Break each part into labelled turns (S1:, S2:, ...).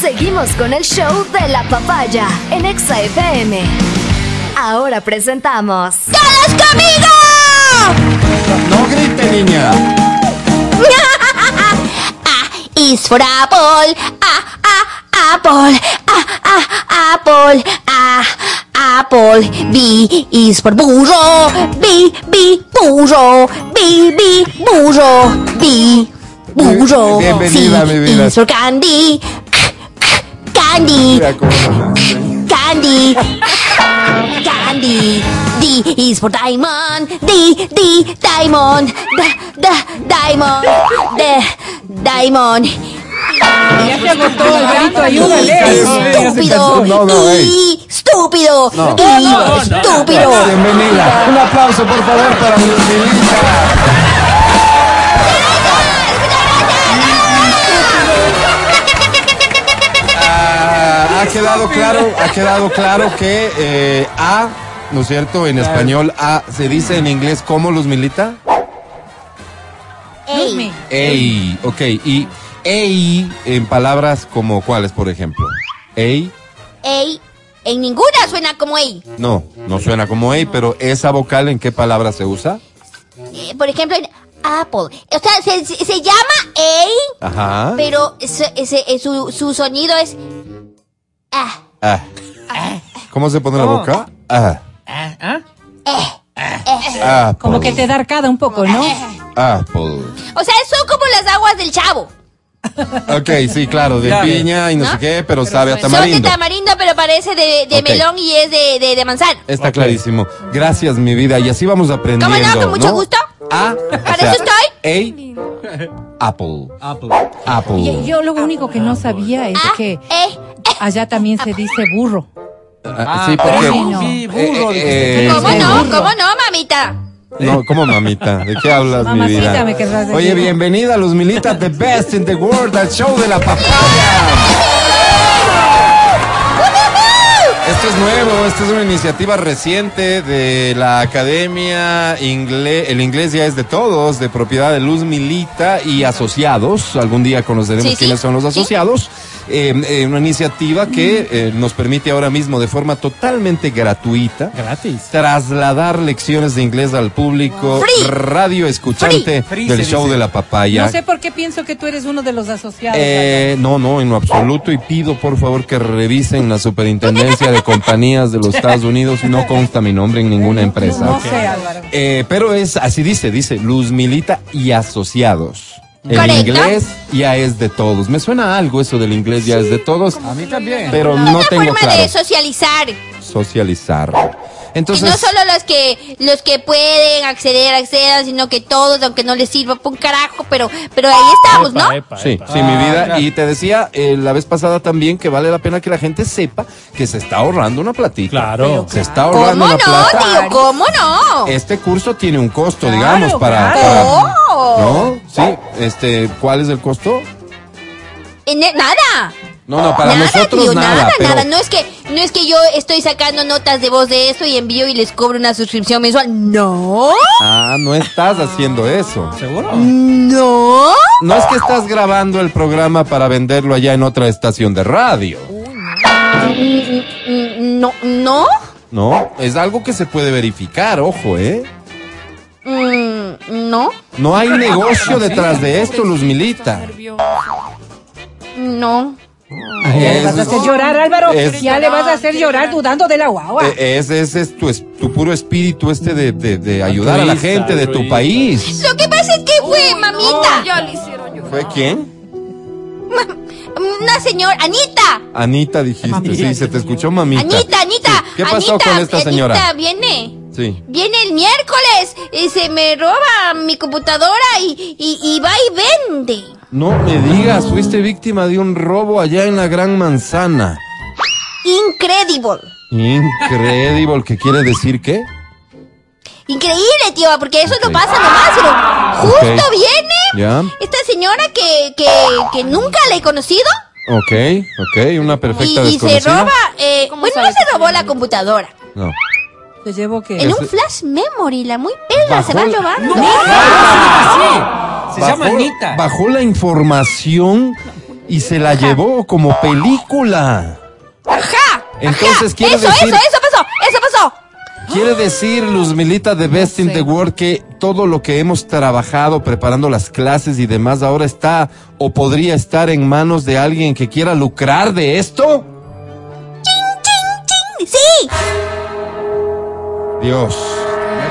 S1: Seguimos con el show de la papaya en Exa FM. Ahora presentamos.
S2: ¡Todos conmigo!
S3: No grite, niña.
S2: A is for apple. A, a, apple. A, a, apple. A, apple. B is for burro. B, B, burro. B, B, burro. B, burro.
S3: Bienvenida,
S2: C
S3: mi vida.
S2: is for candy. Candy.
S3: Mira cómo ¿eh? la-
S2: Candy. Candy. D is for diamond. D, D, diamond. D, D, diamond. D, diamond. Estúpido.
S3: No, no,
S2: I, estúpido. I, estúpido.
S3: Bienvenida. Un aplauso, por favor, para mi Milinka. Ah, ha quedado claro, ha quedado claro que eh, A, ¿no es cierto? En español A se dice en inglés ¿cómo los milita?
S2: Ey,
S3: Ey, ok, y ey en palabras como cuáles, por ejemplo. Ey,
S2: ey. En ninguna suena como ey.
S3: no, no suena como ey, pero esa vocal en qué palabra se usa?
S2: Eh, por ejemplo, en apple. O sea, se, se- se llama ey,
S3: Ajá.
S2: pero se- se- su, su sonido es ah,
S3: Ah. ¿Cómo se pone la boca? Ah.
S2: Eh.
S3: Apple.
S4: Como que te da arcada un poco, ¿no?
S3: Apple.
S2: O sea, son como las aguas del chavo.
S3: Ok, sí, claro, de
S5: Claro.
S3: piña y no,
S2: ¿No?
S3: sé qué, pero, sabe a
S2: Son de
S3: tamarindo.
S2: tamarindo, pero parece de,
S3: Ok.
S2: de
S3: Eh.
S2: melón y es de, de, de manzana.
S3: Está clarísimo. Gracias, mi vida. Y así vamos aprendiendo.
S2: ¿Cómo no? Con mucho gusto.
S3: Ah,
S2: Para eso estoy.
S3: Ey. Apple. Apple.
S4: Y- yo lo único que no sabía es
S2: Ah,
S4: que
S2: eh,
S4: allá también se dice burro.
S3: Ah, sí, porque.
S4: sí, no.
S5: Sí,
S3: Eh,
S5: burro.
S3: eh, eh,
S2: ¿Cómo
S4: sí.
S2: no? ¿Cómo no, mamita?
S3: No, ¿cómo mamita? ¿De qué hablas, mi
S4: Mamacita,
S3: vida?
S4: me querrás decir.
S3: Oye, bienvenida a los Militas The Best in the World, al show de la papaya. Esto es nuevo, esta es una iniciativa reciente de la Academia Inglés, el inglés ya es de todos, de propiedad de Luz Milita y asociados, algún día conoceremos
S2: Sí, sí.
S3: quiénes son los
S2: Sí.
S3: asociados, Eh, eh, una iniciativa que eh, nos permite ahora mismo de forma totalmente gratuita
S5: Gratis.
S3: trasladar lecciones de inglés al público
S2: Free.
S3: radio escuchante
S5: Free. Free
S3: del
S5: se
S3: show
S5: dice.
S3: de la papaya.
S4: No sé por qué pienso que tú eres uno de los asociados.
S3: Eh, no, no, en lo absoluto. Y pido por favor que revisen la superintendencia de compañías de los Estados Unidos. No consta mi nombre en ninguna empresa.
S4: no sé, Álvaro.
S3: Eh, pero es así dice, dice Luz Milita y asociados. El
S2: Correcto.
S3: inglés ya es de todos. Me suena a algo eso del inglés ya es de todos,
S5: A mí también.
S3: pero
S2: es
S3: no
S2: una
S3: tengo
S2: forma
S3: claro.
S2: de socializar.
S3: Socializar. Entonces,
S2: y no solo los que los que pueden acceder, accedan, sino que todos, aunque no les sirva por un carajo, pero pero ahí estamos, ¿no?
S3: Sí, sí,
S5: Ah,
S3: mi vida. Y te decía eh, la vez pasada también que vale la pena que la gente sepa que se está ahorrando una platita.
S5: Claro.
S3: Se está
S2: ¿Cómo
S3: ahorrando
S2: no,
S3: una plata.
S2: tío? ¿Cómo no?
S3: Este curso tiene un costo,
S4: Claro,
S3: digamos, para,
S4: claro.
S3: para-
S2: Oh.
S3: ¿No? Sí. Este, ¿cuál es el costo?
S2: Eh, ne- Nada.
S3: No, no, para
S2: nada,
S3: nosotros
S2: tío,
S3: nada.
S2: nada,
S3: pero
S2: nada. No es que no es que yo estoy sacando notas de voz de eso y envío y les cobro una suscripción mensual. No.
S3: Ah, no estás haciendo eso.
S5: ¿Seguro?
S2: No.
S3: No es que estás grabando el programa para venderlo allá en otra estación de radio.
S2: Mm, No, no.
S3: No, es algo que se puede verificar, ojo, ¿eh?
S2: Mm, No.
S3: No hay negocio detrás de esto, Luz Milita.
S2: No.
S4: Ya le vas a
S3: Eh, Es-
S4: hacer llorar, Álvaro.
S3: es-
S4: ya le vas a hacer llorar dudando de la guagua.
S3: Eh, Ese ese es tu, es- tu puro espíritu este de, de- de ayudar a la
S5: Altruista,
S3: gente de tu
S5: altruista.
S3: país.
S2: Lo que pasa es que fue, mamita.
S3: Eh, ¿Fue quién?
S2: Una señora, Anita.
S3: Anita dijiste, sí, se te escuchó mamita.
S2: Anita, Anita.
S3: Sí. ¿Qué pasó
S2: Anita,
S3: con esta señora?
S2: Anita, viene.
S3: Sí.
S2: Viene el miércoles y se me roba mi computadora y, y, y va y vende.
S3: No me digas, fuiste víctima de un robo allá en la Gran Manzana.
S2: Incredible.
S3: Increíble, ¿qué quiere decir qué?
S2: Increíble, tío, porque eso no
S3: Ok.
S2: pasa nomás, pero justo
S3: Ok.
S2: viene
S3: ¿Ya?
S2: esta señora que, que, que nunca le he conocido
S3: Ok, ok, una perfecta
S2: y, y se
S3: desconocida.
S2: roba, eh, bueno, no se robó la computadora.
S3: No.
S4: Te llevo que.
S2: En
S3: Ese-
S2: un flash memory, la muy perra se
S3: Bajó
S2: va
S3: la-
S2: robando.
S5: Sí, sí, sí. Se llama
S3: Bajó-
S5: Anita.
S3: Bajó la información y se la llevó como película.
S2: ¡Ajá!
S3: Entonces,
S2: ajá.
S3: quiere
S2: eso,
S3: decir-
S2: eso, eso pasó, eso pasó.
S3: Quiere decir, Luz Milita de Best in
S1: sé.
S3: the World, que todo lo que hemos trabajado preparando las clases y demás ahora está o podría estar en manos de alguien que quiera lucrar de esto.
S2: Sí,
S3: Dios.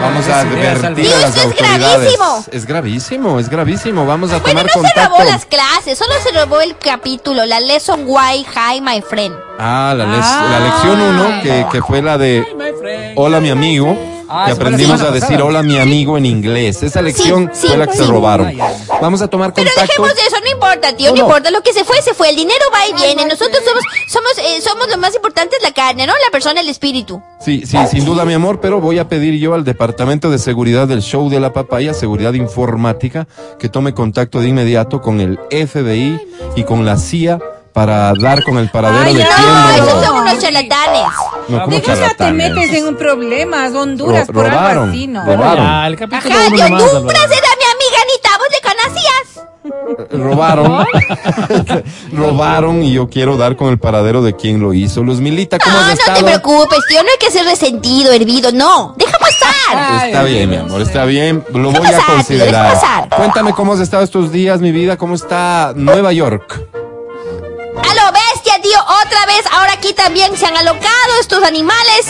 S3: Vamos a
S5: Esas ideas,
S3: advertir
S5: Alberto.
S3: a
S2: Dios,
S3: las
S2: es
S3: autoridades.
S2: gravísimo.
S3: Es gravísimo, es gravísimo. Vamos a
S2: bueno,
S3: tomar
S2: no se
S3: contacto.
S2: robó las clases, solo se robó el capítulo, la lesson why, hi, my friend.
S3: Ah, la, les-
S4: Ah.
S3: la lección uno que, que fue la de Hola mi amigo.
S5: Ah,
S3: que
S5: esa fue la
S3: aprendimos a
S5: semana
S3: decir
S5: pasada.
S3: hola mi amigo en inglés. Esa lección
S2: sí,
S3: fue la que se
S2: sí.
S3: robaron.
S5: Ay, ay,
S3: Vamos a tomar
S2: Pero
S3: contacto.
S2: dejemos de eso, no importa, tío, no,
S3: No, no.
S2: importa. Lo que se fue, se fue. El dinero va y viene. Nosotros somos, somos, eh, somos lo más importante es la carne, ¿no? La persona, el espíritu.
S3: Sí, sí, sin duda, mi amor, pero voy a pedir yo al Departamento de Seguridad del Show de la Papaya, Seguridad Informática, que tome contacto de inmediato con el FBI y con la CIA para dar con el paradero
S4: Ay,
S3: de
S4: ay,
S2: No,
S3: quién
S2: esos
S3: robó.
S2: son unos charlatanes.
S3: No, como
S4: ¿De qué ya te
S3: charlatanes.
S4: metes en un problema? Honduras,
S3: Ro-
S4: por algo
S3: robaron,
S4: así, ¿no?
S3: robaron.
S5: Ya, el capítulo
S2: Ajá,
S5: uno
S2: tío,
S5: nomás,
S2: tú,
S5: Alberto.
S2: placer a mi amiga Anita, vos le conocías.
S3: Eh, Robaron. Robaron y yo quiero dar con el paradero de quién lo hizo. Luz Milita, ¿cómo
S2: Ah, No,
S3: has
S2: no
S3: estado?
S2: te preocupes, tío, no hay que ser resentido, hervido, no. Deja pasar.
S3: Está
S4: Ay,
S3: bien, mi amor, está bien. Lo voy
S2: pasar,
S3: a
S2: tío,
S3: considerar.
S2: deja pasar.
S3: Cuéntame cómo has estado estos días, mi vida, cómo está Nueva York.
S2: A lo bestia, tío, otra vez. Ahora aquí también se han alocado estos animales.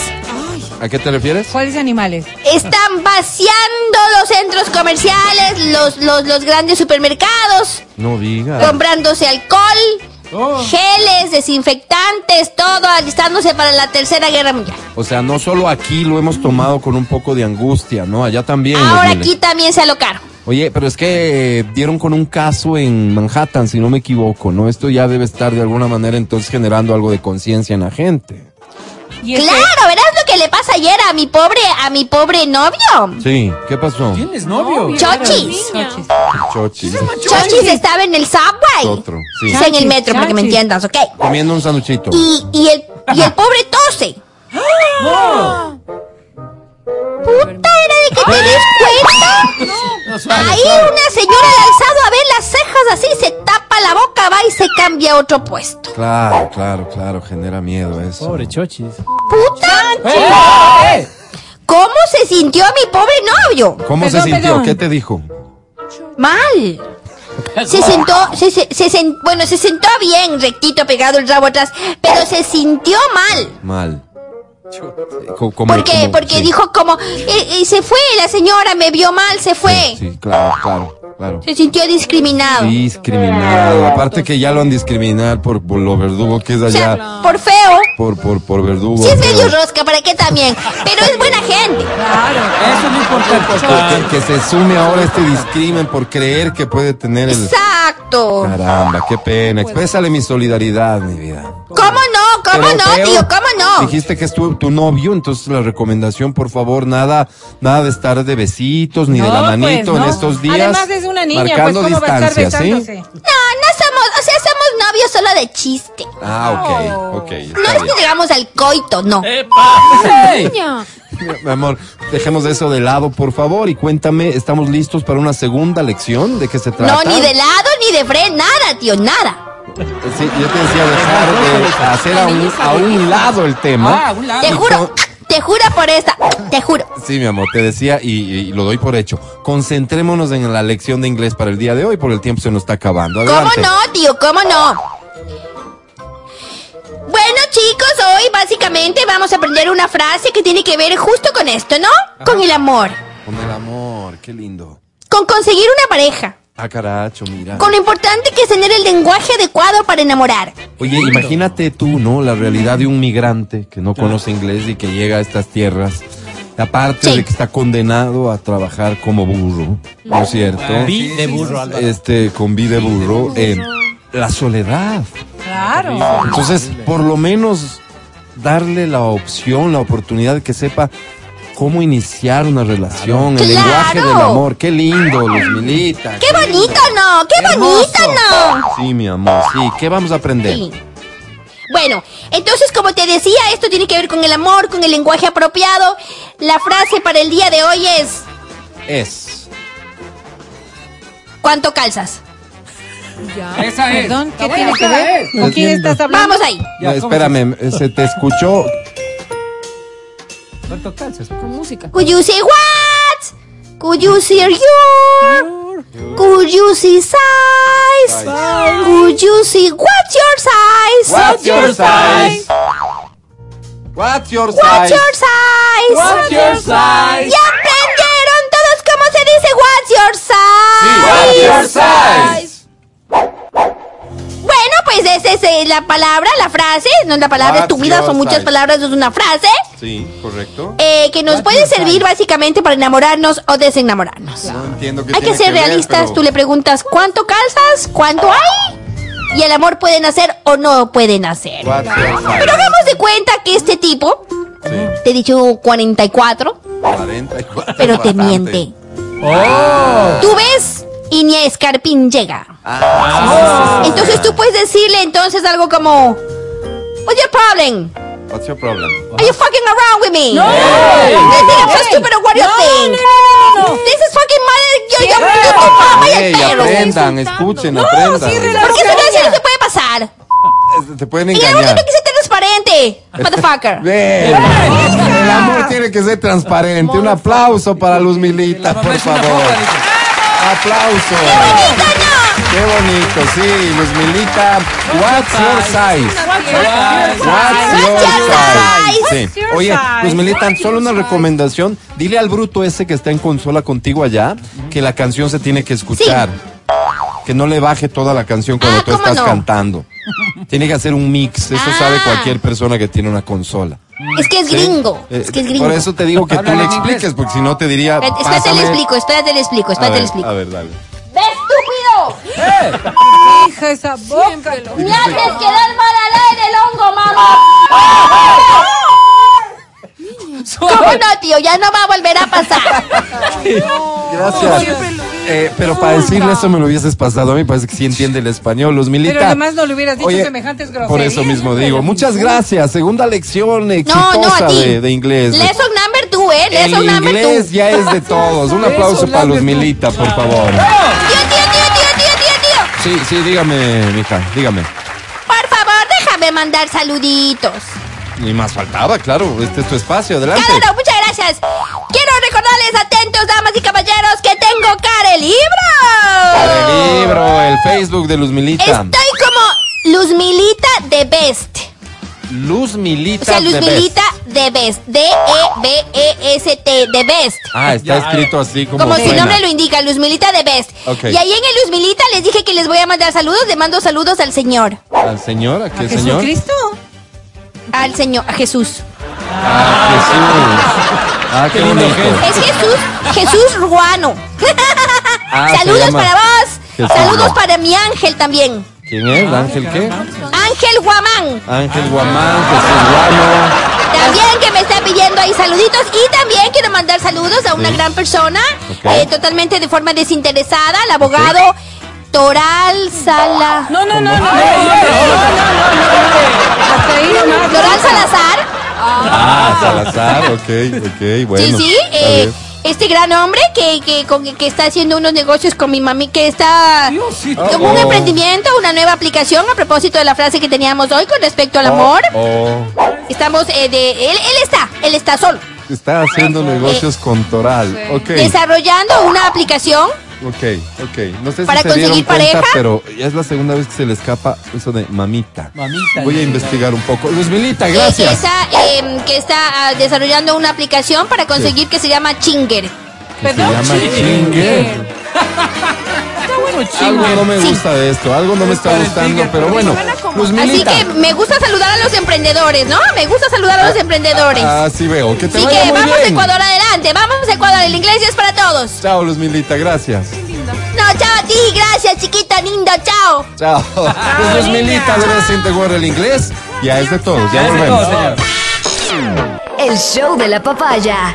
S3: ¿A qué te refieres?
S4: ¿Cuáles animales?
S2: Están vaciando los centros comerciales, los, los, los grandes supermercados.
S3: No digas.
S2: comprándose alcohol,
S5: Oh.
S2: geles, desinfectantes, todo, alistándose para la tercera guerra mundial.
S3: O sea, no solo aquí lo hemos tomado con un poco de angustia, ¿no? Allá también.
S2: Ahora
S3: Osmile.
S2: aquí también se alocaron.
S3: Oye, pero es que eh, dieron con un caso en Manhattan, si no me equivoco, ¿no? Esto ya debe estar de alguna manera entonces generando algo de conciencia en la gente.
S4: Y este? ese-
S2: Claro, verás lo que le pasa ayer a mi pobre, a mi pobre novio.
S3: Sí, ¿qué
S2: eh.
S3: pasó?
S5: ¿Tienes novio?
S2: Chochis.
S4: Chochis.
S3: Chochi.
S2: Chochis estaba en el subway.
S3: Otro, sí.
S2: O sea, en el metro, para que me
S4: Chanchis.
S2: entiendas, ¿ok?
S3: Comiendo un sanduchito.
S2: Y, y el, y el pobre tose. Puta, era de que te des cuenta. Ahí una señora de alzado a ver las cejas así, se tapa la boca, va y se cambia a otro puesto.
S3: Claro, claro, claro, genera miedo eso.
S5: Pobre chochis.
S2: ¡Puta! ¿Cómo se sintió mi pobre novio?
S3: ¿Cómo se
S4: Perdón,
S3: sintió?
S4: perdón.
S3: ¿Qué te dijo?
S2: Mal. Se sentó, se, se- se sen- bueno, se sentó bien, rectito, pegado el rabo atrás, pero se sintió mal.
S3: Mal. Co- como-
S2: Porque,
S3: como-
S2: porque
S3: sí,
S2: dijo como, eh, eh, se fue, la señora me vio mal, se fue.
S3: Sí, claro, claro, claro.
S2: Se sintió discriminado.
S3: Discriminado. Aparte que ya lo han discriminado por, por lo verdugo que es
S2: O sea,
S3: allá.
S2: por feo.
S3: Por, por, por verdugo.
S2: Si es medio
S3: pero-
S2: rosca, ¿para qué también? Pero es buena gente.
S5: Eso no importa.
S3: que, que se sume ahora este discrimen por creer que puede tener el...
S2: Exacto.
S3: Caramba, qué pena. Exprésale mi solidaridad, mi vida.
S2: ¿Cómo no? ¿Cómo
S3: Pero,
S2: no,
S3: pero,
S2: tío? ¿Cómo no?
S3: Dijiste que es tu, tu novio, entonces la recomendación, por favor, nada, nada de estar de besitos ni de
S4: No,
S3: la
S4: pues,
S3: manito
S4: no.
S3: en estos días.
S4: Además es una niña, pues
S3: marcando
S4: cómo va a estar
S3: distancia, ¿sí?
S4: besándose.
S2: No, no somos, o sea, somos novios solo de chiste.
S3: Ah, ok, ok. está
S2: No es
S3: bien.
S2: que llegamos al coito, no.
S5: Eh,
S3: Mi amor, dejemos eso de lado, por favor, y cuéntame, ¿estamos listos para una segunda lección? ¿De qué se
S2: No,
S3: trata?
S2: ni de lado, ni de frente, nada, tío, nada.
S3: Sí, yo te decía dejar de hacer a un, a un lado el tema.
S5: Ah, a un lado.
S2: Te
S3: Y
S2: juro,
S3: con-
S2: te juro por esta, te juro.
S3: Sí, mi amor, te decía y, y lo doy por hecho. Concentrémonos en la lección de inglés para el día de hoy, por el tiempo se nos está acabando.
S2: ¿Cómo
S3: Adelante.
S2: no, tío? ¿Cómo no? Bueno, chicos, hoy básicamente vamos a aprender una frase que tiene que ver justo con esto, ¿no? Con el amor,
S3: Con el amor, qué lindo.
S2: con conseguir una pareja,
S3: Ah, caracho, mira.
S2: con lo importante que es tener el lenguaje adecuado para enamorar.
S3: Oye, imagínate tú, ¿no? La realidad de un migrante que no conoce inglés y que llega a estas tierras. Aparte
S2: Sí.
S3: de que está condenado a trabajar como burro, ¿no es cierto?
S5: Vi de burro, Álvaro.
S3: Este, con vida de burro, en la soledad.
S4: Claro.
S3: Entonces, por lo menos darle la opción, la oportunidad de que sepa cómo iniciar una relación, el
S2: ¡Claro!
S3: lenguaje del amor. Qué lindo, Luz Milita.
S2: ¡Qué bonito, no! ¡Qué bonito, no!
S3: Sí, mi amor, sí. ¿Qué vamos a aprender?
S2: Sí. Bueno, entonces como te decía, esto tiene que ver con el amor, con el lenguaje apropiado. La frase para el día de hoy es,
S3: Es.
S2: ¿cuánto calzas?
S4: Ya.
S5: Esa es.
S4: Perdón, ¿qué
S5: Bueno,
S4: tiene que
S5: esa
S4: ver? ¿Con
S5: es.
S4: quién
S3: Entiendo.
S4: estás hablando?
S2: Vamos ahí.
S5: Ya,
S3: No,
S5: ¿cómo
S3: espérame, se te escuchó.
S5: ¿Cuánto calzas?
S4: Con música.
S2: Could you say what? Could you see your? Could you see size? Could you see what's your size?
S3: What's your size? What's your
S2: What's
S3: size?
S2: your size?
S5: What's your
S2: ¡Y
S5: size?
S2: aprendieron todos cómo se dice what's your size!
S3: Sí, what's your size?
S2: Bueno, pues esa es eh, la palabra, la frase, no es la palabra
S3: What's
S2: estúpida,
S3: your
S2: son muchas
S3: size?
S2: palabras, es una frase
S3: Sí, correcto.
S2: eh, que nos
S5: What's
S2: puede
S5: your
S2: servir
S5: size?
S2: básicamente para enamorarnos o desenamorarnos.
S3: No entiendo qué
S2: Hay que
S3: tiene
S2: ser
S3: ver,
S2: realistas,
S3: pero-
S2: tú le preguntas cuánto calzas, cuánto hay, y el amor puede nacer o no puede nacer.
S3: What's your size?
S2: Pero hagamos de cuenta que este tipo,
S3: Sí,
S2: te he dicho 44,
S3: 44
S2: pero te
S3: bastante.
S2: miente.
S5: ¡Oh!
S2: Tú ves y ni a escarpín llega.
S3: Ah.
S4: Oh.
S2: Entonces tú puedes decirle entonces algo como, What's your problem?
S3: What's your problem?
S2: Are you fucking around with me?
S4: No.
S2: You think I'm so stupid or what do you
S4: No,
S2: think?
S4: no, no, no, no.
S2: This is fucking mother, yo, yo, yo,
S4: Sí.
S2: papá, y el
S3: Ey,
S2: perro.
S3: aprendan, escuchen,
S4: No,
S3: aprendan.
S4: sí,
S2: ¿Por qué
S4: Pero
S2: se
S4: que
S2: te
S4: haya.
S2: eso puede pasar?
S3: Eh, Te pueden
S2: Y el amor
S3: engañar.
S2: tiene que ser transparente, motherfucker.
S3: Bien. El amor tiene que ser transparente. Un aplauso para Luz Milita, por favor. Aplauso.
S2: ¡Bonito, no!
S3: Qué bonito, sí, Luz Milita. What's your size? What's your
S2: What's
S3: size? Sí.
S4: your
S3: Oye,
S4: size?
S3: Luz Milita,
S4: What's
S3: solo
S4: your
S3: una
S4: size?
S3: recomendación. Dile al bruto ese que está en consola contigo allá que la canción se tiene que escuchar. Que no le baje toda la canción cuando
S2: Ah,
S3: tú
S2: ¿cómo
S3: estás
S2: no?
S3: cantando. Tiene que hacer un mix. Eso sabe
S2: Ah.
S3: cualquier persona que tiene una consola.
S2: Es que es
S3: Mm, Sí.
S2: gringo.
S3: Eh,
S2: Es que es gringo.
S3: Por eso te digo que tú
S5: Háblale
S3: le
S5: en inglés.
S3: expliques, porque si no te diría.
S2: Espérate, Espérate, le
S3: pásame-
S2: explico, espérate, le explico,
S3: A
S2: espérate,
S3: ver,
S2: le explico.
S3: a ver, dale.
S2: ¡Ve, estúpido!
S4: Hija, esa boca.
S2: ¡Me haces quedar mal al aire el hongo, mamá! ¿Cómo no, tío? Ya no va a volver a pasar.
S3: Gracias. Eh, pero para decirle eso me lo hubieses pasado a mí, parece que sí entiende el español, los militares.
S4: Pero además no le hubieras dicho semejantes
S3: Por eso
S4: groserías,
S3: mismo
S4: hijo de
S3: digo.
S4: la
S3: Muchas gracias. Segunda lección
S2: No,
S3: exitosa
S2: no, a ti.
S3: de, de inglés.
S2: Lesson number two, ¿eh?
S3: el
S2: Lesson number two.
S3: inglés ya es de todos. Un aplauso para los milita, por favor.
S2: Tío, tío, tío, tío, tío, tío, tío.
S3: Sí, sí, dígame, mija, dígame.
S2: Por favor, déjame mandar saluditos.
S3: Ni más faltaba, claro. Este es tu espacio, adelante.
S2: Claro, no, muchas gracias. Quiero recordarles atentos, damas y caballeros, que tengo cara el libro.
S3: El libro, el Facebook de Luz Milita.
S2: Estoy como Luz Milita de Best.
S3: Luz Milita.
S2: O sea, Luz
S3: de
S2: Milita de Best. E D-E-B-E-S-T, de Best.
S3: Ah, está escrito así como,
S2: Como su
S3: suena.
S2: nombre lo indica, Luz Milita de Best.
S3: Ok.
S2: Y ahí en el Luz Milita les dije que les voy a mandar saludos. Le mando saludos al Señor.
S3: ¿Al señor? ¿A qué señor?
S4: ¿Jesucristo?
S2: Al Señor, a Jesús.
S3: Ah, Jesús. Ah, qué
S5: lindo
S3: bonito.
S5: gesto.
S2: Es Jesús, Jesús Ruano.
S3: Ah, se
S2: saludos
S3: llama
S2: para vos.
S3: Jesús
S2: Saludos
S3: Ruano.
S2: para mi ángel también.
S3: ¿Quién es? ¿Ángel qué?
S2: Ángel Guamán.
S3: Ángel Guamán, Jesús Guano.
S2: También que me está pidiendo ahí saluditos y también quiero mandar saludos a una gran persona,
S3: Ok.
S2: eh, totalmente de forma desinteresada, al abogado Toral Sala.
S4: No, no, no, no. no, Hasta ahí nomás.
S2: Toral Salazar,
S3: Ah, Salazar, ok, ok, bueno.
S2: sí, sí,
S3: está
S2: eh,
S3: bien.
S2: este gran hombre que, que, con- que está haciendo unos negocios con mi mami, que está
S5: Diosito.
S2: como un
S3: Oh.
S2: emprendimiento, una nueva aplicación a propósito de la frase que teníamos hoy con respecto al amor.
S3: Oh, oh,
S2: Estamos eh, de, él, él está, él está solo,
S3: está haciendo negocios con Toral. Ok,
S2: desarrollando una aplicación
S3: ok, ok. No sé si
S2: Para
S3: se dieron
S2: conseguir
S3: cuenta,
S2: pareja.
S3: pero ya es la segunda vez que se le escapa eso de mamita.
S5: Mamita.
S3: Voy a investigar un poco. Luz Milita,
S2: Eh,
S3: gracias.
S2: que está, em, que está ah, desarrollando una aplicación para conseguir que se llama Chinger.
S3: Se
S4: Perdón,
S3: llama
S4: chingue.
S3: Chingue. Algo no me gusta de esto, algo no me está gustando, pero bueno. Luz
S2: Así
S3: Milita.
S2: que me gusta saludar a los emprendedores, ¿no? Me gusta saludar a los emprendedores.
S3: Ah, sí veo. Que te
S2: Así
S3: vaya
S2: que
S3: muy
S2: vamos
S3: bien.
S2: Ecuador adelante, vamos Ecuador, el inglés es para todos.
S3: Chao, Luz Milita, gracias.
S2: No, chao a ti, gracias chiquita, lindo, chao.
S3: Chao. Pues Luz Milita debe integrar el inglés. Ya es de todos, ya volvemos.
S1: El show de la papaya.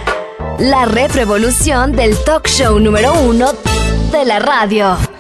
S1: La reprevolución del talk show número uno de la radio.